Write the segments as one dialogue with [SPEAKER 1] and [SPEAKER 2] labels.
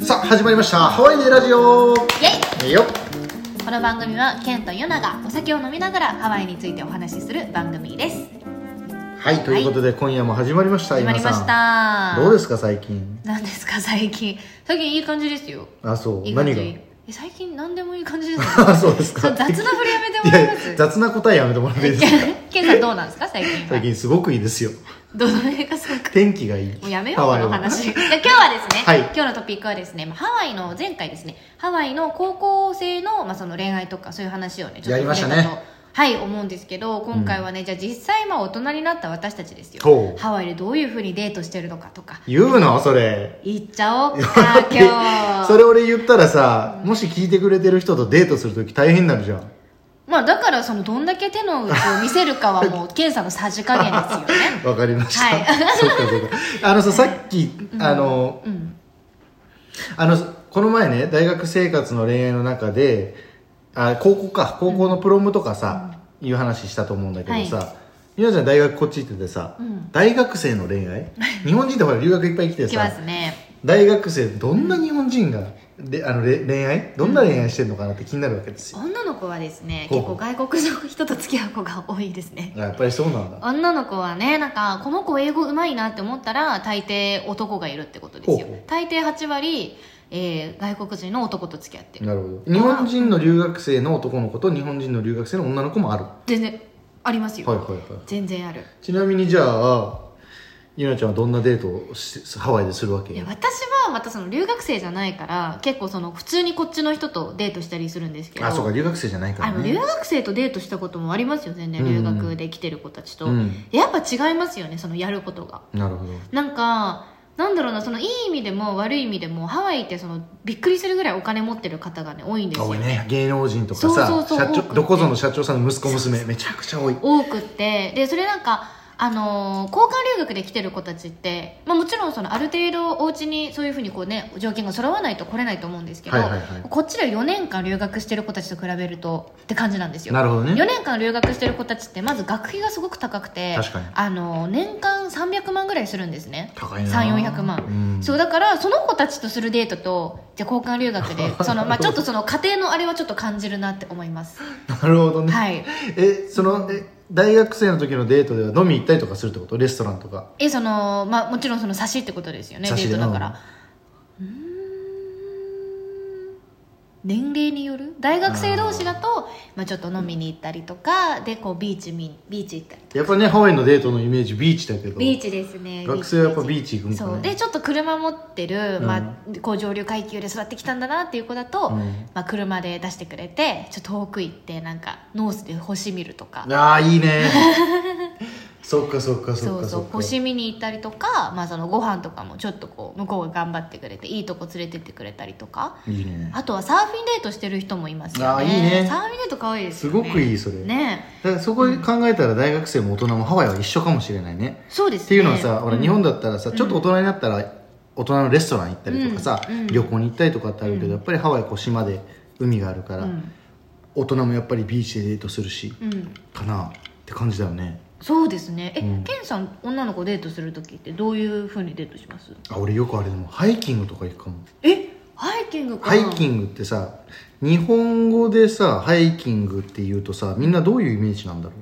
[SPEAKER 1] さあ始まりましたハワイでラジオ
[SPEAKER 2] イエイ
[SPEAKER 1] いいよ
[SPEAKER 2] この番組はケンとヨナがお酒を飲みながらハワイについてお話しする番組です
[SPEAKER 1] はいということで、今夜も始まりました
[SPEAKER 2] 始まりました
[SPEAKER 1] 今さんどうですすか最近
[SPEAKER 2] 何ですか最近最近いい感じですよ
[SPEAKER 1] あそう
[SPEAKER 2] いい感
[SPEAKER 1] 何
[SPEAKER 2] じ
[SPEAKER 1] が
[SPEAKER 2] え最近何でもいい感じです
[SPEAKER 1] あ そうです
[SPEAKER 2] そ
[SPEAKER 1] か
[SPEAKER 2] う雑な振りやめても
[SPEAKER 1] い
[SPEAKER 2] らえま
[SPEAKER 1] や
[SPEAKER 2] す
[SPEAKER 1] 雑な答えやめてもらっていいですか
[SPEAKER 2] ケンさんどうなんですか最近は
[SPEAKER 1] 最近すごくいいですよ
[SPEAKER 2] どの辺がすごく
[SPEAKER 1] 天気がいい
[SPEAKER 2] もうやめよう
[SPEAKER 1] ハ
[SPEAKER 2] こ
[SPEAKER 1] ワイは
[SPEAKER 2] の話 いや今日はですね、
[SPEAKER 1] はい
[SPEAKER 2] 今日のトピックはですねまあハワイの前回ですねハワイの高校生の,、まあその恋愛とかそういう話をねちょっと
[SPEAKER 1] やりましたね
[SPEAKER 2] 触れたとはい思うんですけど今回はね、じゃあ実際まあ大人になった私たちですよ
[SPEAKER 1] ほう
[SPEAKER 2] ハワイでどういうふうにデートしてるのか とか
[SPEAKER 1] 言うのそれ
[SPEAKER 2] 言っちゃおうか今
[SPEAKER 1] そ
[SPEAKER 2] 日
[SPEAKER 1] れ俺言ったらさ、もし聞いてくれてる人とデートするとき大変になるじゃん
[SPEAKER 2] まあだからそのどんだけ手の内を見せるかは もう検査のさじ加減ですよね
[SPEAKER 1] わかりました、
[SPEAKER 2] はい
[SPEAKER 1] そっかそっかあのささっき、あの
[SPEAKER 2] うん
[SPEAKER 1] あのこの前ね大学生活の恋愛の中であ高校か高校のプロムとかさ、いう話したと思うんだけどさ、
[SPEAKER 2] は
[SPEAKER 1] ゆなちゃん大学こっち行っててさ、
[SPEAKER 2] うん
[SPEAKER 1] 大学生の恋 愛日本人ってほら留学いっぱい来て
[SPEAKER 2] いきま
[SPEAKER 1] さ
[SPEAKER 2] すね
[SPEAKER 1] 大学生どんな日本人が、であのれ恋愛どんな恋愛してんのかなって気になるわけですよ、
[SPEAKER 2] 女の子はですね
[SPEAKER 1] ほう
[SPEAKER 2] 結構外国の人と付き合う子が多いですね
[SPEAKER 1] あやっぱりそうなんだ
[SPEAKER 2] 女の子はねなんかこの子英語うまいなって思ったら大抵男がいるってことですよ
[SPEAKER 1] ほうほう
[SPEAKER 2] 大抵8割、えー外国人の男と付き合ってる
[SPEAKER 1] なるほど日本人の留学生の男の子と日本人の留学生の女の子もあるは
[SPEAKER 2] 全然あります
[SPEAKER 1] い
[SPEAKER 2] よ、
[SPEAKER 1] はいはい
[SPEAKER 2] 全然ある
[SPEAKER 1] ちなみにじゃあゆなちゃんはどんなデートをしハワイでするわけ
[SPEAKER 2] いや私はまたその留学生じゃないから結構その普通にこっちの人とデートしたりするんですけど
[SPEAKER 1] あそうか留学生じゃないか
[SPEAKER 2] あ
[SPEAKER 1] ら
[SPEAKER 2] の
[SPEAKER 1] ね
[SPEAKER 2] 留学生とデートしたこともありますよ全然留学で来てる子たちと、
[SPEAKER 1] うん
[SPEAKER 2] やっぱ違いますよねそのやることが
[SPEAKER 1] なるほど
[SPEAKER 2] なんかなんだろうなそのいい意味でも悪い意味でもハワイってそのびっくりするぐらいお金持ってる方がね多いんですよ
[SPEAKER 1] 多いね芸能人とかさ
[SPEAKER 2] そうそうそ
[SPEAKER 1] 社
[SPEAKER 2] う多く
[SPEAKER 1] 長
[SPEAKER 2] て
[SPEAKER 1] どこぞの社長さんの息子娘めちゃくちゃ多い
[SPEAKER 2] 多くってでそれなんか、あのー交換留学で来てる子たちって、まあ、もちろんそのある程度お家にそういうふうにこう、ね、条件が揃わないと来れないと思うんですけど、
[SPEAKER 1] はいはいはい
[SPEAKER 2] こっちで4年間留学してる子たちと比べるとって感じなんですよ
[SPEAKER 1] なるほどね
[SPEAKER 2] 4年間留学してる子たちってまず学費がすごく高くて
[SPEAKER 1] 確かに
[SPEAKER 2] あのー年間300万ぐらいするんですね
[SPEAKER 1] 高いな
[SPEAKER 2] 3400万、
[SPEAKER 1] うん
[SPEAKER 2] そうだからその子たちとするデートとじゃあ交換留学 でその、まあ、ちょっとその家庭のあれはちょっと感じるなって思います
[SPEAKER 1] なるほどね、
[SPEAKER 2] はい
[SPEAKER 1] えそのえ大学生の時のデートでは飲み行ったりとかするってことレストランとか
[SPEAKER 2] えそのまあもちろんその差しってことですよねデ
[SPEAKER 1] 差し
[SPEAKER 2] ー
[SPEAKER 1] で
[SPEAKER 2] トだからうーん年齢による大学生同士だとまあ、ちょっと飲みに行ったりとかでこうビーチ見ビーチ行ったり
[SPEAKER 1] やっぱねハワイのデートのイメージビーチだけど
[SPEAKER 2] ビーチですね
[SPEAKER 1] 学生はやっぱビーチ行くもんね
[SPEAKER 2] そうでちょっと車持ってる、
[SPEAKER 1] うん
[SPEAKER 2] まあ、こう上流階級で育ってきたんだなっていう子だと、
[SPEAKER 1] うん
[SPEAKER 2] まあ、車で出してくれてちょっと遠く行ってなんかノースで星見るとか
[SPEAKER 1] ああいい ねそっかそっかそ
[SPEAKER 2] そ
[SPEAKER 1] っ
[SPEAKER 2] う
[SPEAKER 1] か
[SPEAKER 2] そ
[SPEAKER 1] そっ
[SPEAKER 2] う
[SPEAKER 1] か
[SPEAKER 2] 星見に行ったりとか、まあ、そのご飯とかもちょっとこう向こうが頑張ってくれていいとこ連れてってくれたりとか
[SPEAKER 1] いいね
[SPEAKER 2] あとはサーフィンデートしてる人もいますよね
[SPEAKER 1] あーいいね
[SPEAKER 2] サーフィンデート可愛いです
[SPEAKER 1] す
[SPEAKER 2] よね
[SPEAKER 1] ごくいいそれ、
[SPEAKER 2] ね
[SPEAKER 1] だからそこで考えたら大学生も大人もハワイは一緒かもしれないね
[SPEAKER 2] そうですね
[SPEAKER 1] っていうのはさ、ほら
[SPEAKER 2] うん
[SPEAKER 1] 日本だったらさちょっと大人になったら大人のレストラン行ったりとかさ、
[SPEAKER 2] うんうん
[SPEAKER 1] 旅行に行ったりとかってあるけど、やっぱりハワイこう島で海があるから、
[SPEAKER 2] うん
[SPEAKER 1] 大人もやっぱりビーチでデートするし、
[SPEAKER 2] うん
[SPEAKER 1] かなって感じだよね
[SPEAKER 2] そうですねえ、
[SPEAKER 1] うん
[SPEAKER 2] ケンさん女の子デートする時ってどういうふうにデートします
[SPEAKER 1] あ俺よくあれでもハイキングとか行くかも、
[SPEAKER 2] えハイキングか
[SPEAKER 1] ハイキ
[SPEAKER 2] グ
[SPEAKER 1] ングってさ日本語でさハイキングって言うとさみんなどういうイメージなんだろ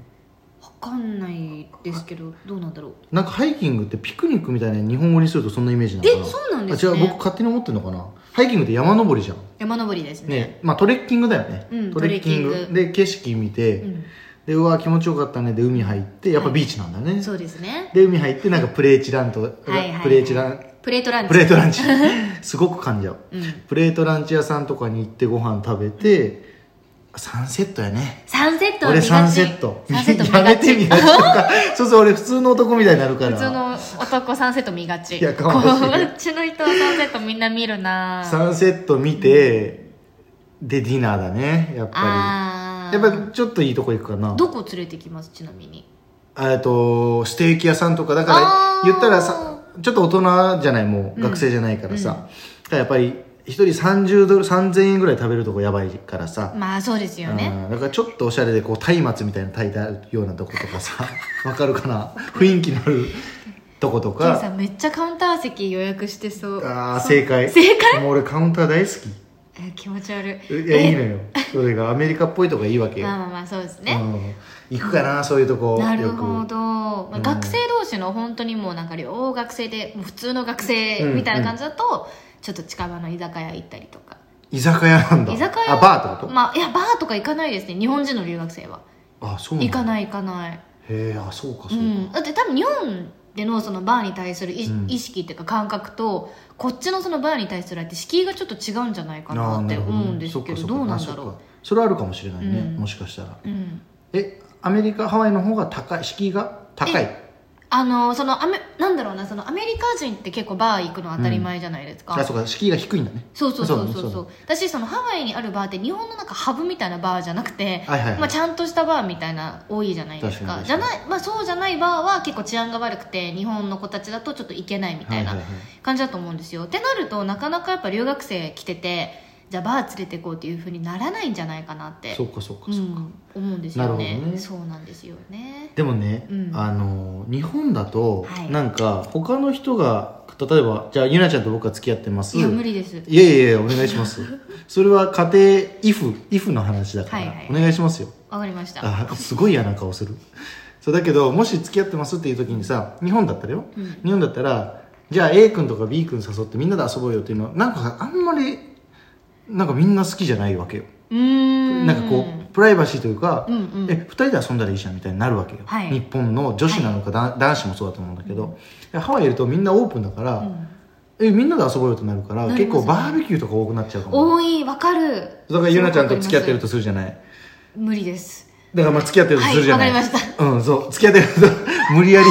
[SPEAKER 2] わかんないですけどどうなんだろう
[SPEAKER 1] うなんかハイキングってピクニックみたいな日本語にするとそんなイメージなのかな
[SPEAKER 2] えそうなんですね
[SPEAKER 1] あ違う僕勝手に思ってるのかなハイキングって山登りじゃん
[SPEAKER 2] 山登りですね
[SPEAKER 1] ねまあ、トレッキングだよね、
[SPEAKER 2] うん
[SPEAKER 1] トレッキング
[SPEAKER 2] トレッキング
[SPEAKER 1] で景色見て、
[SPEAKER 2] うん
[SPEAKER 1] でうわ気持ちよかったねで海入ってやっぱビーチなんだね、
[SPEAKER 2] そうですね
[SPEAKER 1] で海入ってなんかプレーチランと、
[SPEAKER 2] はいはいはい
[SPEAKER 1] プレーチラン
[SPEAKER 2] プレートランチ
[SPEAKER 1] プレートラン チすごく噛んじゃう、
[SPEAKER 2] うん
[SPEAKER 1] プレートランチ屋さんとかに行ってご飯食べて、サンセットやね
[SPEAKER 2] サンセットは
[SPEAKER 1] 俺
[SPEAKER 2] 見がち
[SPEAKER 1] サンセット
[SPEAKER 2] サンセット見
[SPEAKER 1] やめ
[SPEAKER 2] が
[SPEAKER 1] てみ
[SPEAKER 2] ち
[SPEAKER 1] がちとかそうそう俺普通の男みたいになるから
[SPEAKER 2] 普通の男サンセット見がち
[SPEAKER 1] いやかもしれない
[SPEAKER 2] こっちの人はサンセットみんな見るな
[SPEAKER 1] サンセット見て、でディナーだねやっぱ
[SPEAKER 2] あ
[SPEAKER 1] り
[SPEAKER 2] ー
[SPEAKER 1] やっぱちょっといいとこ行くかな
[SPEAKER 2] どこ連れてきますちなみに
[SPEAKER 1] えっとステーキ屋さんとかだ
[SPEAKER 2] あ
[SPEAKER 1] から
[SPEAKER 2] ー
[SPEAKER 1] 言ったらさちょっと大人じゃないもう、
[SPEAKER 2] うん
[SPEAKER 1] 学生じゃないからさ、だからやっぱり一人30ドル3000円ぐらい食べるとこやばいからさ、
[SPEAKER 2] まあそうですよね
[SPEAKER 1] うんだからちょっとおしゃれで こう松明みたいな炊いてあるようなとことかさわかるかな雰囲気のあるとこと
[SPEAKER 2] ケンさ
[SPEAKER 1] か
[SPEAKER 2] んめっちゃカウンター席予約してそう
[SPEAKER 1] ああ
[SPEAKER 2] そう
[SPEAKER 1] 正解
[SPEAKER 2] 正解
[SPEAKER 1] もう俺カウンター大好き
[SPEAKER 2] え気持ち悪い
[SPEAKER 1] いや
[SPEAKER 2] え
[SPEAKER 1] いいのよそれがアメリカっぽいとかいいわけよ、
[SPEAKER 2] まあまあまあそうですね、
[SPEAKER 1] うん、行くかなそういうとこ
[SPEAKER 2] なる
[SPEAKER 1] よ
[SPEAKER 2] ほど、
[SPEAKER 1] く
[SPEAKER 2] まあ
[SPEAKER 1] うん
[SPEAKER 2] 学生同士の本当にもうなんか両学生でもう普通の学生みたいな感じだと、ちょっと近場の居酒屋行ったりとか
[SPEAKER 1] 居酒屋なんだ
[SPEAKER 2] 居酒屋
[SPEAKER 1] あバーってこと、
[SPEAKER 2] まあいやバーとか行かないですね日本人の留学生は
[SPEAKER 1] あそうなん
[SPEAKER 2] 行
[SPEAKER 1] だ
[SPEAKER 2] かない行かない
[SPEAKER 1] へえあそうかそううか、
[SPEAKER 2] んだって多分日本でのそのバーに対するい、
[SPEAKER 1] うん
[SPEAKER 2] 意識っていうか感覚とこっちのそのバーに対するあれって敷居がちょっと違うんじゃないかな
[SPEAKER 1] あー
[SPEAKER 2] って
[SPEAKER 1] なるほ
[SPEAKER 2] 思うん
[SPEAKER 1] ね
[SPEAKER 2] ですけど
[SPEAKER 1] そっかそっか
[SPEAKER 2] どうなんだ
[SPEAKER 1] あそ
[SPEAKER 2] ろ
[SPEAKER 1] っ
[SPEAKER 2] う
[SPEAKER 1] かそれはあるかもしれないね、
[SPEAKER 2] うん
[SPEAKER 1] もしかしたら
[SPEAKER 2] うん、
[SPEAKER 1] えアメリカハワイの方が高い敷居が高い
[SPEAKER 2] あのそのアメなんだろうなそのアメリカ人って結構バー行くの当たり前じゃないですか、
[SPEAKER 1] あそうか敷居が低いんだね
[SPEAKER 2] そうそうそう
[SPEAKER 1] そ
[SPEAKER 2] そ
[SPEAKER 1] だ
[SPEAKER 2] ううそ
[SPEAKER 1] ね
[SPEAKER 2] う
[SPEAKER 1] そう
[SPEAKER 2] 私そのハワイにあるバーって日本のなんかハブみたいなバーじゃなくて、
[SPEAKER 1] はいはいはい
[SPEAKER 2] まあ、ちゃんとしたバーみたいな多いじゃないですか
[SPEAKER 1] 確かに確
[SPEAKER 2] じ
[SPEAKER 1] か
[SPEAKER 2] ゃ
[SPEAKER 1] に
[SPEAKER 2] ない、まあ、そうじゃないバーは結構治安が悪くて日本の子たちだとちょっと行けないみたい
[SPEAKER 1] は
[SPEAKER 2] ない
[SPEAKER 1] はいはい
[SPEAKER 2] 感じだと思うんですよ、ってなるとなかなかやっぱ留学生来ててじゃあバー連れて行こうっていうふうにならないんじゃないかなって
[SPEAKER 1] そうかそうか
[SPEAKER 2] う
[SPEAKER 1] そうか、
[SPEAKER 2] ん、思うんですよ
[SPEAKER 1] なる
[SPEAKER 2] ね
[SPEAKER 1] ほどね
[SPEAKER 2] そうなんですよね
[SPEAKER 1] でもね、
[SPEAKER 2] うん
[SPEAKER 1] あの日本だと、
[SPEAKER 2] はい
[SPEAKER 1] なんか他の人が例えばじゃあゆなちゃんと僕は付き合ってます
[SPEAKER 2] いや無理です
[SPEAKER 1] いやいやいやお願いしますそれは家庭 if if の話だから、
[SPEAKER 2] はいはい
[SPEAKER 1] お願いしますよ
[SPEAKER 2] わかりました
[SPEAKER 1] あすごい嫌な顔するそうだけどもし付き合ってますっていう時にさ日本だったらよ、
[SPEAKER 2] うん
[SPEAKER 1] 日本だったらじゃあ A 君とか B 君誘ってみんなで遊ぼうよっていうのはなんかあんまりなんかみんな好きじゃないわけよ、
[SPEAKER 2] うーん
[SPEAKER 1] なんかこうプライバシーというか、
[SPEAKER 2] うんうん
[SPEAKER 1] え2人で遊んだらいいじゃんみたいになるわけよ、
[SPEAKER 2] はい
[SPEAKER 1] 日本の女子なのか、だ男子もそうだと思うんだけど、でハワイいるとみんなオープンだから、
[SPEAKER 2] うん
[SPEAKER 1] えみんなで遊ぼうよってなるから、
[SPEAKER 2] なりますね
[SPEAKER 1] 結構バーベキューとか多くなっちゃうかも
[SPEAKER 2] 多いわかる
[SPEAKER 1] だからゆなちゃんと付き合ってる
[SPEAKER 2] と
[SPEAKER 1] とするじゃない
[SPEAKER 2] 無理です
[SPEAKER 1] だからまあ付き合ってるとするじゃない、
[SPEAKER 2] はいわかりま
[SPEAKER 1] うんそう付き合ってると 無理やり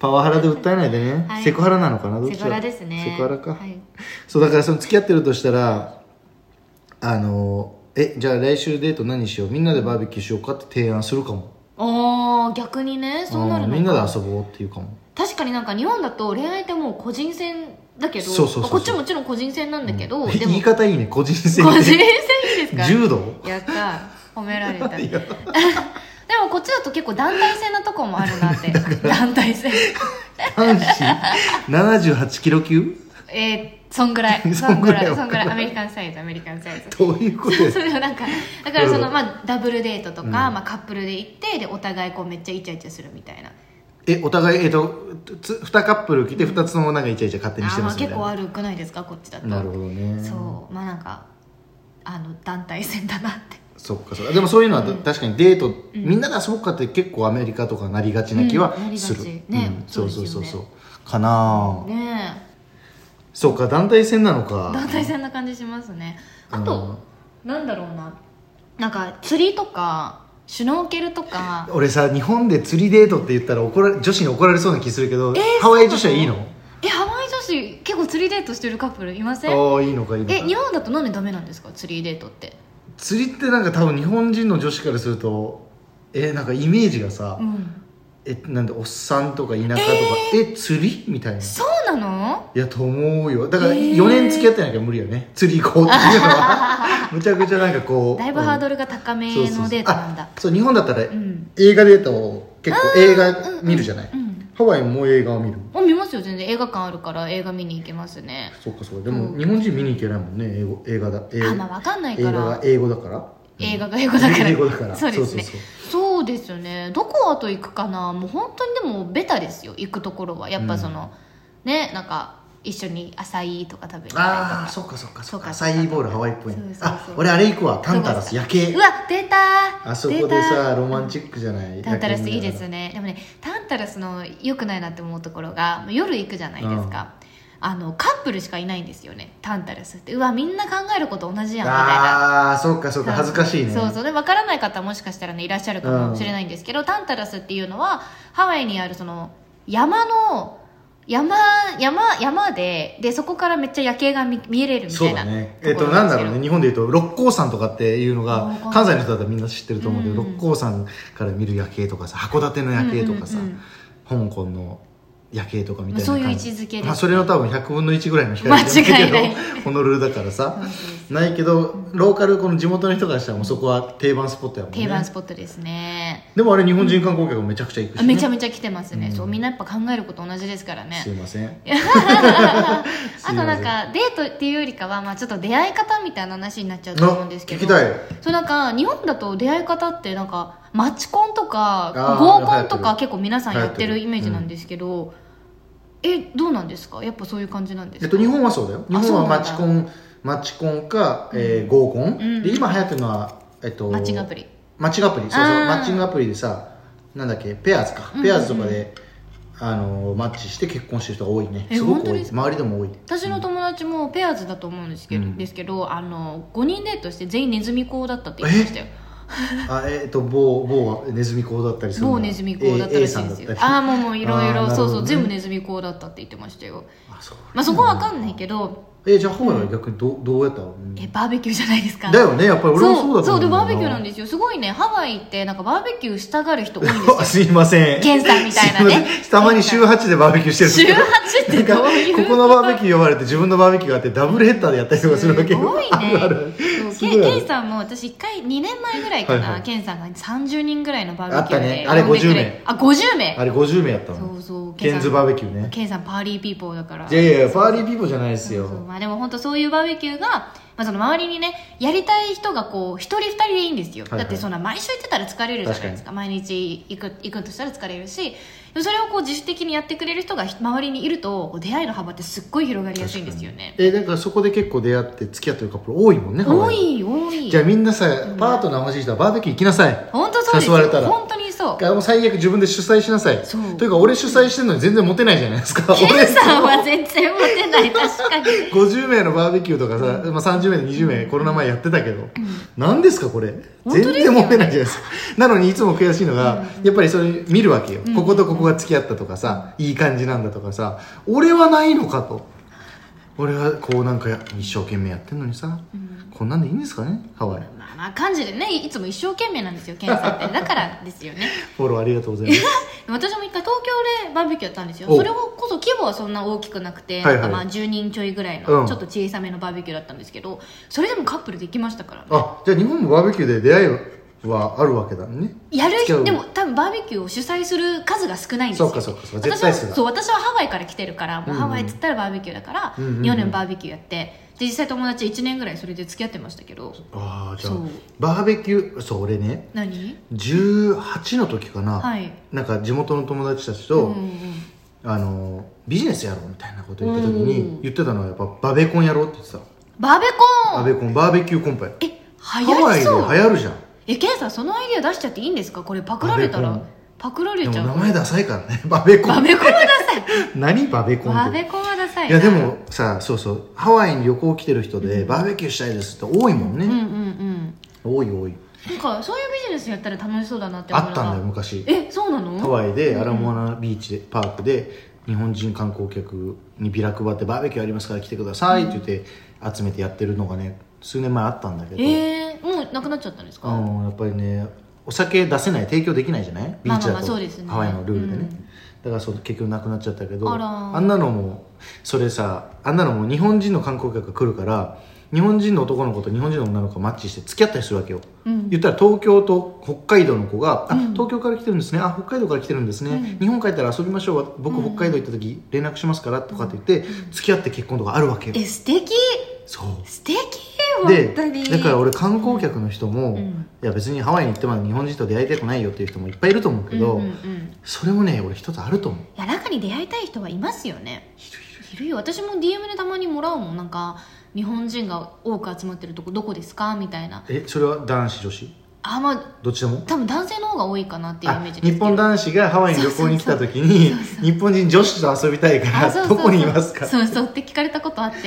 [SPEAKER 1] パワハラで訴えないでね、
[SPEAKER 2] はい
[SPEAKER 1] セクハラなのかなどっち
[SPEAKER 2] セ
[SPEAKER 1] だ
[SPEAKER 2] クハラですね
[SPEAKER 1] セクハラか、
[SPEAKER 2] はい
[SPEAKER 1] そうだからその付き合ってるとしたらあのえじゃあ来週デート何しようみんなでバーベキューしようかって提案するかも
[SPEAKER 2] あー逆にねそうなるの
[SPEAKER 1] ん
[SPEAKER 2] か
[SPEAKER 1] みんなで遊ぼうっていうかも
[SPEAKER 2] 確かになんか日本だと恋愛ってもう個人戦だけど
[SPEAKER 1] そうそうそうそう
[SPEAKER 2] こっちもちろん個人戦なんだ けど、でも
[SPEAKER 1] 言い方いいね個人戦
[SPEAKER 2] 個人戦ですか
[SPEAKER 1] 柔道
[SPEAKER 2] やった褒められた
[SPEAKER 1] い
[SPEAKER 2] で
[SPEAKER 1] や
[SPEAKER 2] もこっちだと結構団体戦なとこもある なって団体戦
[SPEAKER 1] 男子78キロ級
[SPEAKER 2] えー、そんぐらい
[SPEAKER 1] そんぐらい
[SPEAKER 2] そんぐらいアメリカンサイズアメリカンサイズ
[SPEAKER 1] どういうことです
[SPEAKER 2] それをなんかだからそ
[SPEAKER 1] なる
[SPEAKER 2] の、
[SPEAKER 1] ほ
[SPEAKER 2] まあ、ダブルデートとか、
[SPEAKER 1] うん
[SPEAKER 2] まあ、カップルで行ってでお互いこうめっちゃイチャイチャするみたいな
[SPEAKER 1] えお互いえっとつ2カップル来て2つのもなんかイチャイチャ勝手にし
[SPEAKER 2] あ
[SPEAKER 1] て
[SPEAKER 2] ーま
[SPEAKER 1] ま
[SPEAKER 2] あ
[SPEAKER 1] すみ
[SPEAKER 2] 結
[SPEAKER 1] たい
[SPEAKER 2] 構
[SPEAKER 1] な
[SPEAKER 2] 悪くないですかこっちだと
[SPEAKER 1] なるほどね
[SPEAKER 2] そうまあなんかあの団体戦だなって
[SPEAKER 1] そっかそっかでもそういうのは確かにデート、みんなで遊ぼうかって結構アメリカとかなりがちな気は
[SPEAKER 2] うんなりが
[SPEAKER 1] す
[SPEAKER 2] ち
[SPEAKER 1] る、
[SPEAKER 2] ね
[SPEAKER 1] うんそう
[SPEAKER 2] そ
[SPEAKER 1] そうう
[SPEAKER 2] です
[SPEAKER 1] そ
[SPEAKER 2] よ
[SPEAKER 1] う
[SPEAKER 2] ね
[SPEAKER 1] そうかなあ、
[SPEAKER 2] ねえ
[SPEAKER 1] そうか団体戦なのか
[SPEAKER 2] 団体戦な感じしますねあ
[SPEAKER 1] うん
[SPEAKER 2] となんだろうななんか釣りとかシュノーケルと か
[SPEAKER 1] 俺さ日本で釣りデートって言ったら怒ら女子に怒られそうな気するけど、
[SPEAKER 2] えー
[SPEAKER 1] ハワイ女子はいいの
[SPEAKER 2] えハワイ女子結構釣りデートしてるカップルいません
[SPEAKER 1] ああいいのかいいの
[SPEAKER 2] え日
[SPEAKER 1] か
[SPEAKER 2] 本だとなんでダメなんですか釣りデートって
[SPEAKER 1] 釣りってなんか多分日本人の女子からするとえーなんかイメージがさ、
[SPEAKER 2] うん
[SPEAKER 1] えなんでおっさんとか田舎とかえ釣りみたいない
[SPEAKER 2] そうなの
[SPEAKER 1] やと思うよだから
[SPEAKER 2] えー
[SPEAKER 1] 4年付き合ってなきゃ無理よね、釣り行こうっていうの はむちゃくちゃなんかこう
[SPEAKER 2] だいぶハード
[SPEAKER 1] ル
[SPEAKER 2] ルが高めのデートなんだ
[SPEAKER 1] そう日本だったら
[SPEAKER 2] うん
[SPEAKER 1] 映画デートを結構映画見るじゃない、
[SPEAKER 2] うん
[SPEAKER 1] ハワイも映画を見る
[SPEAKER 2] あ見ますよ全然映画館あるから映画見に行けますね
[SPEAKER 1] そっかそっかでも
[SPEAKER 2] うん
[SPEAKER 1] 日本人見に行けないもんね英語映画だ映
[SPEAKER 2] あまあ分かんない
[SPEAKER 1] 映
[SPEAKER 2] か
[SPEAKER 1] 画が
[SPEAKER 2] ら
[SPEAKER 1] 英語だから
[SPEAKER 2] 映画が英語だから
[SPEAKER 1] 英語だから
[SPEAKER 2] そうですね
[SPEAKER 1] そうそう
[SPEAKER 2] そうですねどこあと行くかなもう本当にでもベタですよ行くところはやっぱその、ねなんか一緒にアサイとか食べに行ったりと
[SPEAKER 1] ああ
[SPEAKER 2] か
[SPEAKER 1] そっかそっかそ
[SPEAKER 2] そう
[SPEAKER 1] っ
[SPEAKER 2] か
[SPEAKER 1] かサイボールハワイっぽい
[SPEAKER 2] そうそうそう
[SPEAKER 1] あ俺あれ行くわタンタラス夜景
[SPEAKER 2] うわ出た
[SPEAKER 1] あそこでさロマン
[SPEAKER 2] チ
[SPEAKER 1] チックじゃない
[SPEAKER 2] タンタラスいいです
[SPEAKER 1] ね
[SPEAKER 2] ねでもねタンタラスの良くないなって思うところが夜行くじゃないですか、あのカップルしかいないんですよねタンタラスってうわみんな考えること同じやんみたいな
[SPEAKER 1] ああーそっかそっか恥ずかしいね
[SPEAKER 2] そうそうで分からない方はもしかしたらねいらっしゃるかもしれないんですけど、タンタラスっていうのはハワイにあるその山の山山山ででそこからめっちゃ夜景が見見れるみた
[SPEAKER 1] そ
[SPEAKER 2] いうな
[SPEAKER 1] だね
[SPEAKER 2] と
[SPEAKER 1] えっ
[SPEAKER 2] ころ
[SPEAKER 1] となん
[SPEAKER 2] な
[SPEAKER 1] ん
[SPEAKER 2] です
[SPEAKER 1] だ
[SPEAKER 2] け
[SPEAKER 1] ろ
[SPEAKER 2] ど
[SPEAKER 1] うね日本でいうと六甲山とかっていうのが
[SPEAKER 2] 六甲山
[SPEAKER 1] 関西の人だったらみんな知ってると思うけど、
[SPEAKER 2] うん
[SPEAKER 1] 六甲山から見る夜景とかさ函館の夜景とかさ、
[SPEAKER 2] うんうんうん
[SPEAKER 1] 香港の夜景とかみたいな
[SPEAKER 2] そういう
[SPEAKER 1] 感
[SPEAKER 2] 位
[SPEAKER 1] じ
[SPEAKER 2] 置づけです
[SPEAKER 1] まあ、それの多分100分の1ぐらいの光
[SPEAKER 2] 間違いない
[SPEAKER 1] だけどホノルルだからさ
[SPEAKER 2] そうです
[SPEAKER 1] ないけどローカルこの地元の人からしたらもうそこは定番スポットやもんね
[SPEAKER 2] 定番スポットですね
[SPEAKER 1] でもあれ日本人観光客もめちゃくちゃ行くし、
[SPEAKER 2] あ
[SPEAKER 1] ね、
[SPEAKER 2] めちゃめちゃ来てますね、
[SPEAKER 1] うん
[SPEAKER 2] そうみんなやっぱ考えること同じですから
[SPEAKER 1] すい
[SPEAKER 2] ね
[SPEAKER 1] ません
[SPEAKER 2] あとなんかデートっていうよりかは、まあ、ちょっと出会い方みたいな話になっちゃうと思うんですけど
[SPEAKER 1] 聞きたい
[SPEAKER 2] そうなんか日本だと出会い方ってなんかマチコンとか
[SPEAKER 1] あー
[SPEAKER 2] 合コンと
[SPEAKER 1] 流行
[SPEAKER 2] か
[SPEAKER 1] ってる
[SPEAKER 2] 結構皆さんやって
[SPEAKER 1] 流行っ
[SPEAKER 2] る
[SPEAKER 1] てる
[SPEAKER 2] イメージなんですけど、えどうなんですかやっぱそういう感じなんですか
[SPEAKER 1] えっと、日本はそうだよ日
[SPEAKER 2] そう
[SPEAKER 1] 本
[SPEAKER 2] な
[SPEAKER 1] はマ
[SPEAKER 2] んだ
[SPEAKER 1] チコンマチコンか、えー合コン、
[SPEAKER 2] うん
[SPEAKER 1] で今流行ってるのは、えっと、
[SPEAKER 2] マッチングアプリ
[SPEAKER 1] マッチングアプリそうそう
[SPEAKER 2] あー
[SPEAKER 1] マッチングアプリでさなんだっけペアーズか
[SPEAKER 2] うんうんうん
[SPEAKER 1] ペアーズとかで、あのーマッチして結婚してる人が多いね
[SPEAKER 2] え
[SPEAKER 1] すご
[SPEAKER 2] 本
[SPEAKER 1] く
[SPEAKER 2] 当
[SPEAKER 1] 多
[SPEAKER 2] で
[SPEAKER 1] い
[SPEAKER 2] す
[SPEAKER 1] 周りでも多い
[SPEAKER 2] 私の友達もペアーズだと思うんですけど,、
[SPEAKER 1] うん
[SPEAKER 2] ですけどあの5人デートして全員ネズミ講だったって言ってましたよ
[SPEAKER 1] あえっと某某ネズミ講だったりする
[SPEAKER 2] 某ネズミ講だったらしいですよ、ああーもうもういろい
[SPEAKER 1] あーなるほど
[SPEAKER 2] ろ
[SPEAKER 1] ね
[SPEAKER 2] そうそう全部ネズミ講だったって言ってましたよ
[SPEAKER 1] あそう
[SPEAKER 2] まあそこはわかんないけど、
[SPEAKER 1] えじゃあハワイは逆にどうどうやったの、うん
[SPEAKER 2] えバーベキューじゃないですか
[SPEAKER 1] だよねやっぱり俺もそうだと
[SPEAKER 2] そうで
[SPEAKER 1] 思
[SPEAKER 2] バーベキューなん
[SPEAKER 1] で
[SPEAKER 2] ですよすごいねハワイってなんかバーベキューしたがる人多いんです よ
[SPEAKER 1] すいません
[SPEAKER 2] ケンさんみたいな
[SPEAKER 1] す
[SPEAKER 2] ね
[SPEAKER 1] ませんたまに週8でバーベキューしてるんです
[SPEAKER 2] 週
[SPEAKER 1] けど
[SPEAKER 2] 8ってどういう
[SPEAKER 1] ここのバーベキュー呼ばれて自分のバーベキューがあってダブルヘッダーでやったりとかするわけ
[SPEAKER 2] すごいね
[SPEAKER 1] あるある
[SPEAKER 2] そう
[SPEAKER 1] すごい
[SPEAKER 2] ケン
[SPEAKER 1] ある
[SPEAKER 2] ケンさんも私1回2年前ぐらいかな、
[SPEAKER 1] はいはい
[SPEAKER 2] ケンさんが30人ぐらいのバーベキ
[SPEAKER 1] あ
[SPEAKER 2] ューで
[SPEAKER 1] ったねあれ
[SPEAKER 2] 呼んでく
[SPEAKER 1] 50名
[SPEAKER 2] あ50名
[SPEAKER 1] あれ50名やった
[SPEAKER 2] そ
[SPEAKER 1] の
[SPEAKER 2] うそう
[SPEAKER 1] ケンズバーベキューね
[SPEAKER 2] ケンさんパーリーピーポーだから
[SPEAKER 1] いやいやファーリーピーポーじゃないです
[SPEAKER 2] そうそう
[SPEAKER 1] よ
[SPEAKER 2] まあ、でも本当そういうバーベキューが、まあ、その周りにねやりたい人がこう一人二人でいいんですよ、
[SPEAKER 1] はいはい
[SPEAKER 2] だってそんな毎週行ってたら疲れるじゃないですか毎日行く行くとしたら疲れるしそれをこう自主的にやってくれる人が周りにいるとこう出会いの幅ってすっごい広がりやすいんですよね
[SPEAKER 1] えだからそこで結構出会って付き合ってるカップル多いもんねハ
[SPEAKER 2] 多
[SPEAKER 1] ワイ
[SPEAKER 2] い多い
[SPEAKER 1] じゃあみんなさパートナー欲しい人はバーベキュー行きなさい
[SPEAKER 2] 本当そうです
[SPEAKER 1] 誘われたら
[SPEAKER 2] 本当にそう
[SPEAKER 1] あもう最悪自分で主催しなさい
[SPEAKER 2] そう
[SPEAKER 1] というか俺主催してるのに全然モテないじゃないですか
[SPEAKER 2] ケンさん
[SPEAKER 1] 俺
[SPEAKER 2] は全然モテない確かに
[SPEAKER 1] 50名のバーベキューとかさ、まあ、30名20名コロナ前やってたけど、何ですかこれ
[SPEAKER 2] 本当
[SPEAKER 1] 全
[SPEAKER 2] ですよ
[SPEAKER 1] 然モテないじゃないです かなのにいつも悔しいのが、やっぱりそれ見るわけよ、こことここが付き合ったとかさいい感じなんだとかさ俺はないのかと俺はこうなんかや一生懸命やってんのにさ、こんなんでいいんですかねハワイ
[SPEAKER 2] まあまあ感じでねいつも一生懸命なんですよケンさんってだからですよね
[SPEAKER 1] フォローありがとうございます
[SPEAKER 2] 私も一回東京でバーベキューやったんですよ
[SPEAKER 1] お
[SPEAKER 2] それこそ規模はそんな大きくなくて、
[SPEAKER 1] はいはい
[SPEAKER 2] なんかまあ10人ちょいぐらいの、
[SPEAKER 1] うん
[SPEAKER 2] ちょっと小さめのバーベキューだったんですけどそれでもカップルできましたからね
[SPEAKER 1] あじゃあ日本もバーベキューで出会いはあるわけだね
[SPEAKER 2] やる
[SPEAKER 1] 付き合う
[SPEAKER 2] でも多分バーベキューを主催する数が少ないんです
[SPEAKER 1] そ
[SPEAKER 2] よ
[SPEAKER 1] うかそうかそうか絶
[SPEAKER 2] 私は
[SPEAKER 1] 対する
[SPEAKER 2] そう私はハワイから来てるからもうハワイっつったらバーベキューだから、
[SPEAKER 1] うんうんうん
[SPEAKER 2] 4年バーベキューやってで実際友達1年ぐらいそれで付き合ってましたけど
[SPEAKER 1] ああじゃあ
[SPEAKER 2] そう
[SPEAKER 1] バーベキューそう俺ね
[SPEAKER 2] 何
[SPEAKER 1] 18の時かな、
[SPEAKER 2] はい
[SPEAKER 1] なんか地元の友達たちと、
[SPEAKER 2] うんうんうん
[SPEAKER 1] あのビジネスやろうみたいなこと言った時
[SPEAKER 2] う
[SPEAKER 1] に
[SPEAKER 2] ん
[SPEAKER 1] 言ってたのはやっぱバベコンやろうって言ってた
[SPEAKER 2] バーベコ
[SPEAKER 1] バ
[SPEAKER 2] ン
[SPEAKER 1] ベコンバーベキューコンパイ
[SPEAKER 2] え流
[SPEAKER 1] ハ
[SPEAKER 2] 行
[SPEAKER 1] ワイ
[SPEAKER 2] り
[SPEAKER 1] で流
[SPEAKER 2] そう
[SPEAKER 1] 行るじゃん
[SPEAKER 2] えケンさんそのアイディア出しちゃっていいんですかこれパクられた
[SPEAKER 1] バーベコ
[SPEAKER 2] ら
[SPEAKER 1] ン
[SPEAKER 2] パクられ
[SPEAKER 1] で
[SPEAKER 2] ち
[SPEAKER 1] も
[SPEAKER 2] ゃう
[SPEAKER 1] 名前ダサいからね バベコ
[SPEAKER 2] バ
[SPEAKER 1] ン
[SPEAKER 2] ベコンはダサい
[SPEAKER 1] 何バベコン
[SPEAKER 2] バ
[SPEAKER 1] って
[SPEAKER 2] ベコンはダサい
[SPEAKER 1] や
[SPEAKER 2] ない
[SPEAKER 1] でもさそうそうハワイに旅行来てる人でバーベキューしたいですって多いもん
[SPEAKER 2] うんうん
[SPEAKER 1] ね、
[SPEAKER 2] うん
[SPEAKER 1] 多い多い
[SPEAKER 2] なんかそういうビジネスやったら楽しそうだなって思
[SPEAKER 1] あ
[SPEAKER 2] いな
[SPEAKER 1] っ
[SPEAKER 2] がら
[SPEAKER 1] たんだよ昔
[SPEAKER 2] えそうなの
[SPEAKER 1] ハワイでアラモアナビーチでパークで日本人観光客にビラ配ってバーベキューありますから来てくださいって言って集めてやってるのがね数年前あったんだけど、
[SPEAKER 2] えー、もうなくなっちゃったんですか、
[SPEAKER 1] うん、やっぱりねお酒出せない提供できないじゃないビーチ
[SPEAKER 2] ま
[SPEAKER 1] だ
[SPEAKER 2] あまあまあ
[SPEAKER 1] と
[SPEAKER 2] そうですね
[SPEAKER 1] ハワイのルールでね、
[SPEAKER 2] うん
[SPEAKER 1] だからそう結局なくなっちゃったけど
[SPEAKER 2] あら
[SPEAKER 1] んなのもそれさあんなのも日本人の観光客が来るから日本人の男の子と日本人の女の子がマッチして付き合ったりするわけよ
[SPEAKER 2] うん
[SPEAKER 1] 言ったら東京と北海道の子が「あ
[SPEAKER 2] うん
[SPEAKER 1] 東京から来てるんですねあ北海道から来てるんですね、
[SPEAKER 2] うん
[SPEAKER 1] 日本帰ったら遊びましょう僕
[SPEAKER 2] うん
[SPEAKER 1] 北海道行った時連絡しますから」とかって言って付き合って結婚とかあるわけよ
[SPEAKER 2] え素敵
[SPEAKER 1] そう
[SPEAKER 2] 素敵
[SPEAKER 1] で
[SPEAKER 2] 本当に
[SPEAKER 1] だから俺観光客の人も、
[SPEAKER 2] うん
[SPEAKER 1] いや別にハワイに行ってまで日本人と出会いたくないよっていう人もいっぱいいると思うけど、
[SPEAKER 2] うんうんうん、
[SPEAKER 1] それもね俺一つあると思う
[SPEAKER 2] いや中に出会いたい人はいますよねいるよ私も DM でたまにもらうもんなんか日本人が多く集まってるとこどこですかみたいな
[SPEAKER 1] えそれは男子女子
[SPEAKER 2] あまあ
[SPEAKER 1] どっちでも
[SPEAKER 2] 多分男性の方が多いかなっていうイ
[SPEAKER 1] あ
[SPEAKER 2] メージですけど
[SPEAKER 1] 日本男子がハワイに旅行に来た時に日本人女子と遊びたいか
[SPEAKER 2] あそう
[SPEAKER 1] ら
[SPEAKER 2] そ
[SPEAKER 1] ど
[SPEAKER 2] うそう
[SPEAKER 1] こにいますか
[SPEAKER 2] そうそうって聞かれたことあって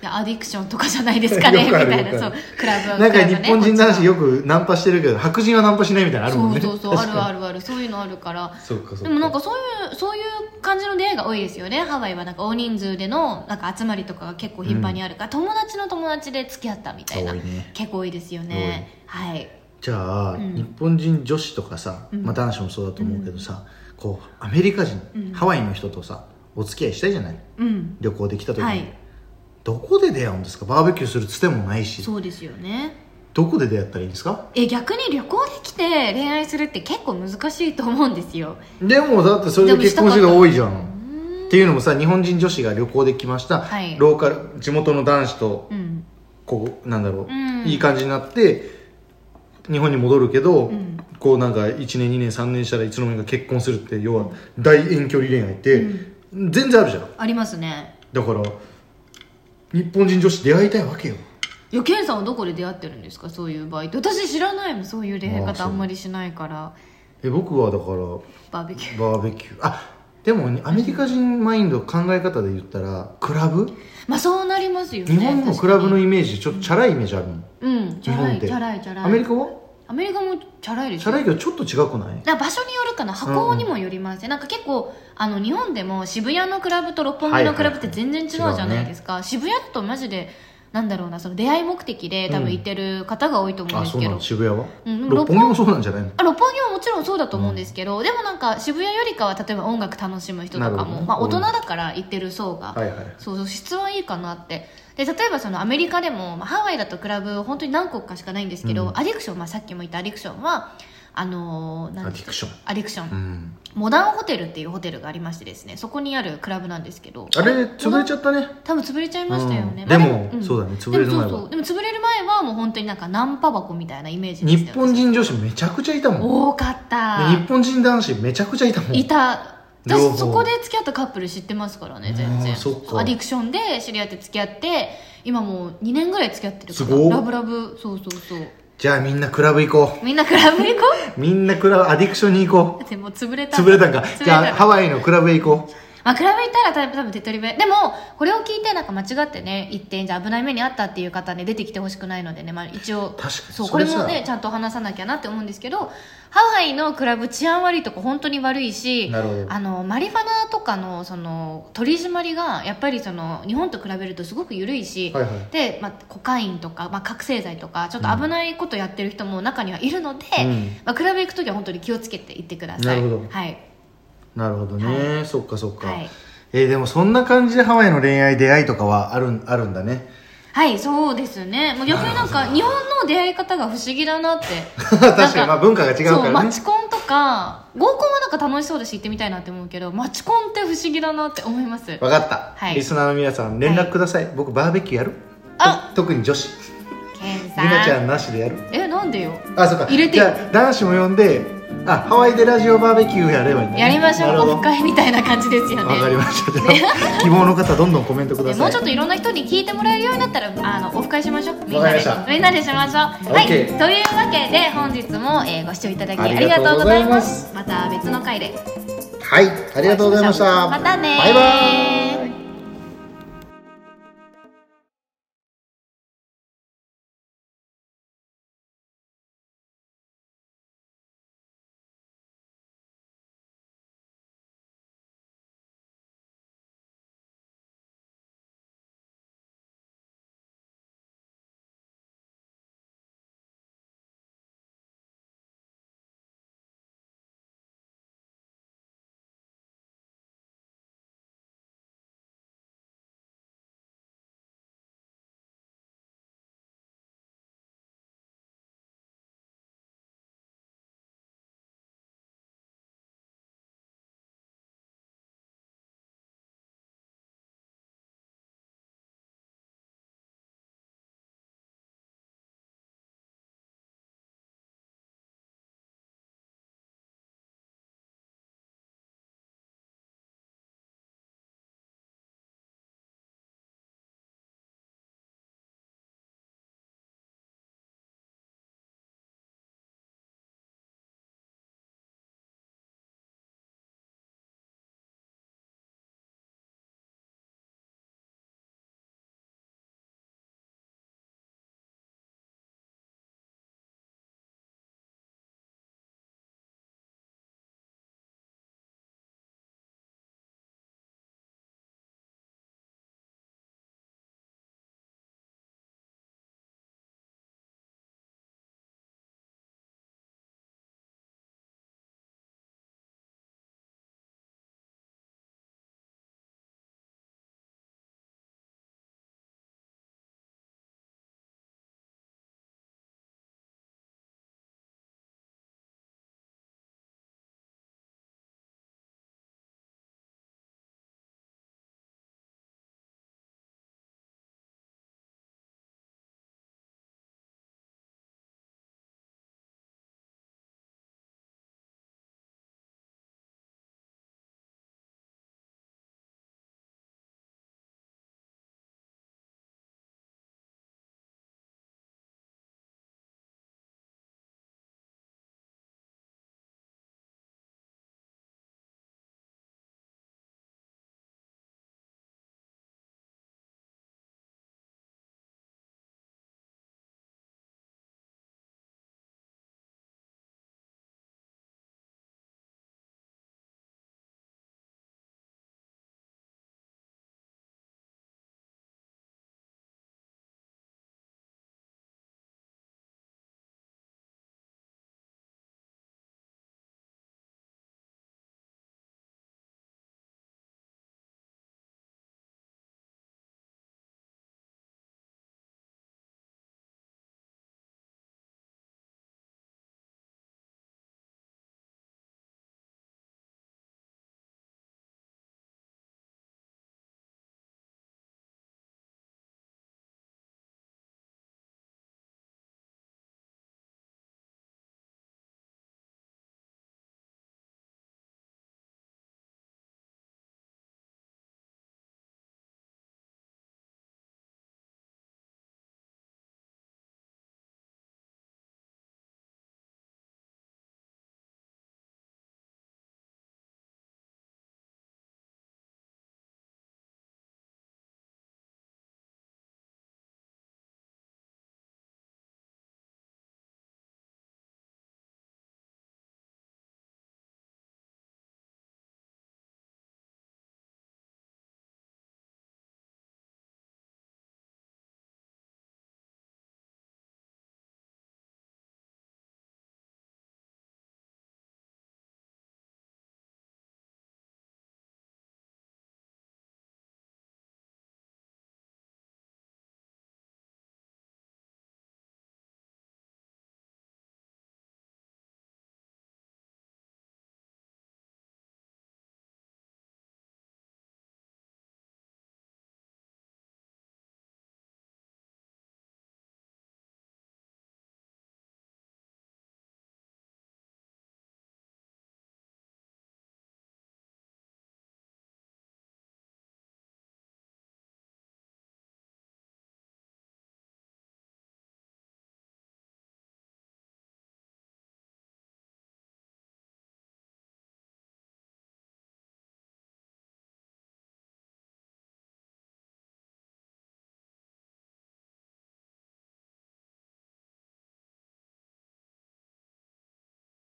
[SPEAKER 2] でアディクションとかじゃないですかねみ
[SPEAKER 1] よくあ
[SPEAKER 2] た
[SPEAKER 1] る
[SPEAKER 2] い
[SPEAKER 1] よく
[SPEAKER 2] な
[SPEAKER 1] あ
[SPEAKER 2] そう
[SPEAKER 1] る
[SPEAKER 2] クラブは
[SPEAKER 1] なん
[SPEAKER 2] ク
[SPEAKER 1] か
[SPEAKER 2] ラブ
[SPEAKER 1] 日
[SPEAKER 2] ね
[SPEAKER 1] 本人男子
[SPEAKER 2] こっ
[SPEAKER 1] よくナンパしてるけど白人はナンパしないみたいなのあ
[SPEAKER 2] ち
[SPEAKER 1] るもん
[SPEAKER 2] は
[SPEAKER 1] ね
[SPEAKER 2] そうそうそうあ
[SPEAKER 1] 確
[SPEAKER 2] るあ
[SPEAKER 1] かに
[SPEAKER 2] るあるそういうのあるから
[SPEAKER 1] そうかそうか
[SPEAKER 2] でもなんかそういうそういう感じの出会いが多いですよねハワイはなんか大人数でのなんか集まりとかが結構頻繁にあるから、友達の友達で付き合ったみたいな、
[SPEAKER 1] 多いね
[SPEAKER 2] 結構多いですよねはい
[SPEAKER 1] じゃあ、
[SPEAKER 2] うん
[SPEAKER 1] 日本人女子とかさ、
[SPEAKER 2] うん
[SPEAKER 1] まあ、男子もそうだと思うけどさ、こうアメリカ人、
[SPEAKER 2] うん
[SPEAKER 1] ハワイの人とさお付き合いしたいじゃない
[SPEAKER 2] うん
[SPEAKER 1] 旅行できた時に、
[SPEAKER 2] はい
[SPEAKER 1] どこで出会うんですかバーベキューするつてもないし
[SPEAKER 2] そうですよね
[SPEAKER 1] どこで出会ったらいいんですか
[SPEAKER 2] え逆に旅行で来て恋愛するって結構難しいと思うんですよ
[SPEAKER 1] でもだってそれで結婚してる人が多いじゃんっていうのもさ日本人女子が旅行で来ました、
[SPEAKER 2] はい
[SPEAKER 1] ローカル地元の男子と
[SPEAKER 2] うん
[SPEAKER 1] こうなんだろう、
[SPEAKER 2] うん
[SPEAKER 1] いい感じになって日本に戻るけど、
[SPEAKER 2] うん
[SPEAKER 1] こうなんか1年2年3年したらいつの間にか結婚するって要は大遠距離恋愛って全然あるじゃん
[SPEAKER 2] ありますね
[SPEAKER 1] だから日本人女子出会いたいわけよ
[SPEAKER 2] いやケンさんはどこで出会ってるんですかそういう場合って私知らないもんそういう恋愛
[SPEAKER 1] あそ
[SPEAKER 2] 方
[SPEAKER 1] う
[SPEAKER 2] あんまりしないから
[SPEAKER 1] え僕はだから
[SPEAKER 2] バーベキュー
[SPEAKER 1] バーベキューあでもアメリカ人マインド考え方で言ったらクラブ
[SPEAKER 2] まあそうなりますよね
[SPEAKER 1] 日本のクラブのイメージちょっとチャラいイメージあるの
[SPEAKER 2] うんチ
[SPEAKER 1] 日
[SPEAKER 2] ャラ
[SPEAKER 1] 本
[SPEAKER 2] い
[SPEAKER 1] っ
[SPEAKER 2] チ
[SPEAKER 1] て
[SPEAKER 2] ャラいチャラい
[SPEAKER 1] アメリカは
[SPEAKER 2] アメリカもチャラいで
[SPEAKER 1] チ
[SPEAKER 2] す
[SPEAKER 1] ャ
[SPEAKER 2] よ
[SPEAKER 1] ラいけどちょっと違くない
[SPEAKER 2] だから場所によるかな箱にもよりますね、なんか結構あの日本でも渋谷のクラブと六本木のクラブって全然違うじゃないですか、渋谷だとマジでなんだろうなその出会い目的で多分行ってる方が多いと思うん
[SPEAKER 1] あ
[SPEAKER 2] です
[SPEAKER 1] そう
[SPEAKER 2] け
[SPEAKER 1] な
[SPEAKER 2] ど、
[SPEAKER 1] の渋谷は、
[SPEAKER 2] うん
[SPEAKER 1] 六本木もそうなんじゃないの
[SPEAKER 2] あ六本木ももちろんそうだと思うんですけど、でもなんか渋谷よりかは例えば音楽楽しむ人と
[SPEAKER 1] な
[SPEAKER 2] か
[SPEAKER 1] るほ
[SPEAKER 2] も、
[SPEAKER 1] どね
[SPEAKER 2] まあ、大人だから行ってる層が、
[SPEAKER 1] はいはい
[SPEAKER 2] そうそう質はいいかなってで例えばそのアメリカでも、まあ、ハワイだとクラブ本当に何個かしかないんですけど、
[SPEAKER 1] うん
[SPEAKER 2] アディクション、まあ、さっきも言ったアディクションはあのーなん
[SPEAKER 1] ア
[SPEAKER 2] で
[SPEAKER 1] ディ
[SPEAKER 2] すか
[SPEAKER 1] クション
[SPEAKER 2] アディクション、
[SPEAKER 1] うん
[SPEAKER 2] モダンホテルっていうホテルがありましてですねそこにあるクラブなんですけど
[SPEAKER 1] あれ潰れちゃったね
[SPEAKER 2] 多分潰れちゃいましたよね、
[SPEAKER 1] うん
[SPEAKER 2] ま
[SPEAKER 1] で
[SPEAKER 2] あ
[SPEAKER 1] も
[SPEAKER 2] ん
[SPEAKER 1] そうだね潰れる前は
[SPEAKER 2] でもそうそうでも潰れる前はもう本当になんかナンパ箱みたいなイメージでし
[SPEAKER 1] 日
[SPEAKER 2] たよ
[SPEAKER 1] 本人女子めちゃくちゃいたもん
[SPEAKER 2] 多かった
[SPEAKER 1] で日本人男子めちゃくちゃいたもん
[SPEAKER 2] いた
[SPEAKER 1] 両
[SPEAKER 2] 私
[SPEAKER 1] 方
[SPEAKER 2] そこで付き合ったカップル知ってますからね全
[SPEAKER 1] あー
[SPEAKER 2] 然
[SPEAKER 1] そっか
[SPEAKER 2] アディクションで知り合って付き合って今もう2年ぐらい付き合ってるか
[SPEAKER 1] すごっ
[SPEAKER 2] らラブラブそうそうそう
[SPEAKER 1] じゃあみんなクラブ行こ
[SPEAKER 2] みんなクラブ行こ
[SPEAKER 1] う
[SPEAKER 2] う
[SPEAKER 1] みんなクラブアディクションに行こ
[SPEAKER 2] だってもう潰れ
[SPEAKER 1] う
[SPEAKER 2] た
[SPEAKER 1] 潰れたんか
[SPEAKER 2] 潰れた
[SPEAKER 1] じゃあハワイのクラブへ行こ
[SPEAKER 2] まあ、比べたら多分多分手っ取り早いでもこれを聞いてなんか間違ってね一点じゃあ危ない目にあったっていう方ね出てきてほしくないのでね、まあ、一応
[SPEAKER 1] 確かに
[SPEAKER 2] そう
[SPEAKER 1] そ
[SPEAKER 2] こ
[SPEAKER 1] れ
[SPEAKER 2] れ
[SPEAKER 1] さ
[SPEAKER 2] もねちゃんと話さなきゃなって思うんですけどハワイのクラブ治安悪いとこ本当に悪いし
[SPEAKER 1] なるほど
[SPEAKER 2] あのマリファナとかのその取り締まりがやっぱりその日本と比べるとすごく緩いし、
[SPEAKER 1] はいはい
[SPEAKER 2] でまあ、コカインとか、まあ、覚醒剤とかちょっと危ないことやってる人も中にはいるので、
[SPEAKER 1] うん
[SPEAKER 2] まあ、クラブ行く時は本当に気をつけて行ってください。
[SPEAKER 1] なるほど
[SPEAKER 2] はいう
[SPEAKER 1] なるほどね、そっかそっか、
[SPEAKER 2] はい
[SPEAKER 1] えーでもそんな感じでハワイの恋愛出会いとかはあるんあるんだね
[SPEAKER 2] はい、そうですね。もう逆になんか、日本の出会い方が不思議だなって。
[SPEAKER 1] 確
[SPEAKER 2] なん
[SPEAKER 1] かにまあ文化が違うか
[SPEAKER 2] そう、
[SPEAKER 1] らね
[SPEAKER 2] マチコンとか、合コンはなんか楽しそうだし行ってみたいなって思うけど、マチコンって不思議だなって思います。
[SPEAKER 1] わかった、
[SPEAKER 2] はい
[SPEAKER 1] リスナーの皆さん連絡ください、僕バーベキューやる
[SPEAKER 2] あ
[SPEAKER 1] と特に女子
[SPEAKER 2] ケンさ
[SPEAKER 1] りなちゃ
[SPEAKER 2] ん。
[SPEAKER 1] んなしでやる
[SPEAKER 2] え、なんでよ。
[SPEAKER 1] あそっか
[SPEAKER 2] 入れて
[SPEAKER 1] じ
[SPEAKER 2] よ
[SPEAKER 1] ゃあ男子も呼んであハワイでラジオバーベキューやればいいんだね
[SPEAKER 2] やりましょ
[SPEAKER 1] なる
[SPEAKER 2] う、
[SPEAKER 1] ほど
[SPEAKER 2] オフ会みたいな感じですよ
[SPEAKER 1] わかり
[SPEAKER 2] ね。
[SPEAKER 1] ましたじゃ あ希望の方どんどんコメントくだ
[SPEAKER 2] で
[SPEAKER 1] さい
[SPEAKER 2] もうちょっといろんな人に聞いてもらえるようになったらあのオフ会しましょうみん
[SPEAKER 1] わか
[SPEAKER 2] な
[SPEAKER 1] りま
[SPEAKER 2] で
[SPEAKER 1] した
[SPEAKER 2] みんなでしましょう、はいと
[SPEAKER 1] OK
[SPEAKER 2] いうわけで本日も、えーご視聴いただきあり
[SPEAKER 1] あり
[SPEAKER 2] が
[SPEAKER 1] がと
[SPEAKER 2] と
[SPEAKER 1] う
[SPEAKER 2] う
[SPEAKER 1] ご
[SPEAKER 2] ご
[SPEAKER 1] ざ
[SPEAKER 2] ざ
[SPEAKER 1] い
[SPEAKER 2] い
[SPEAKER 1] ま
[SPEAKER 2] ますすまた別の回で
[SPEAKER 1] はいありがとうございました
[SPEAKER 2] またねー
[SPEAKER 1] バイバイ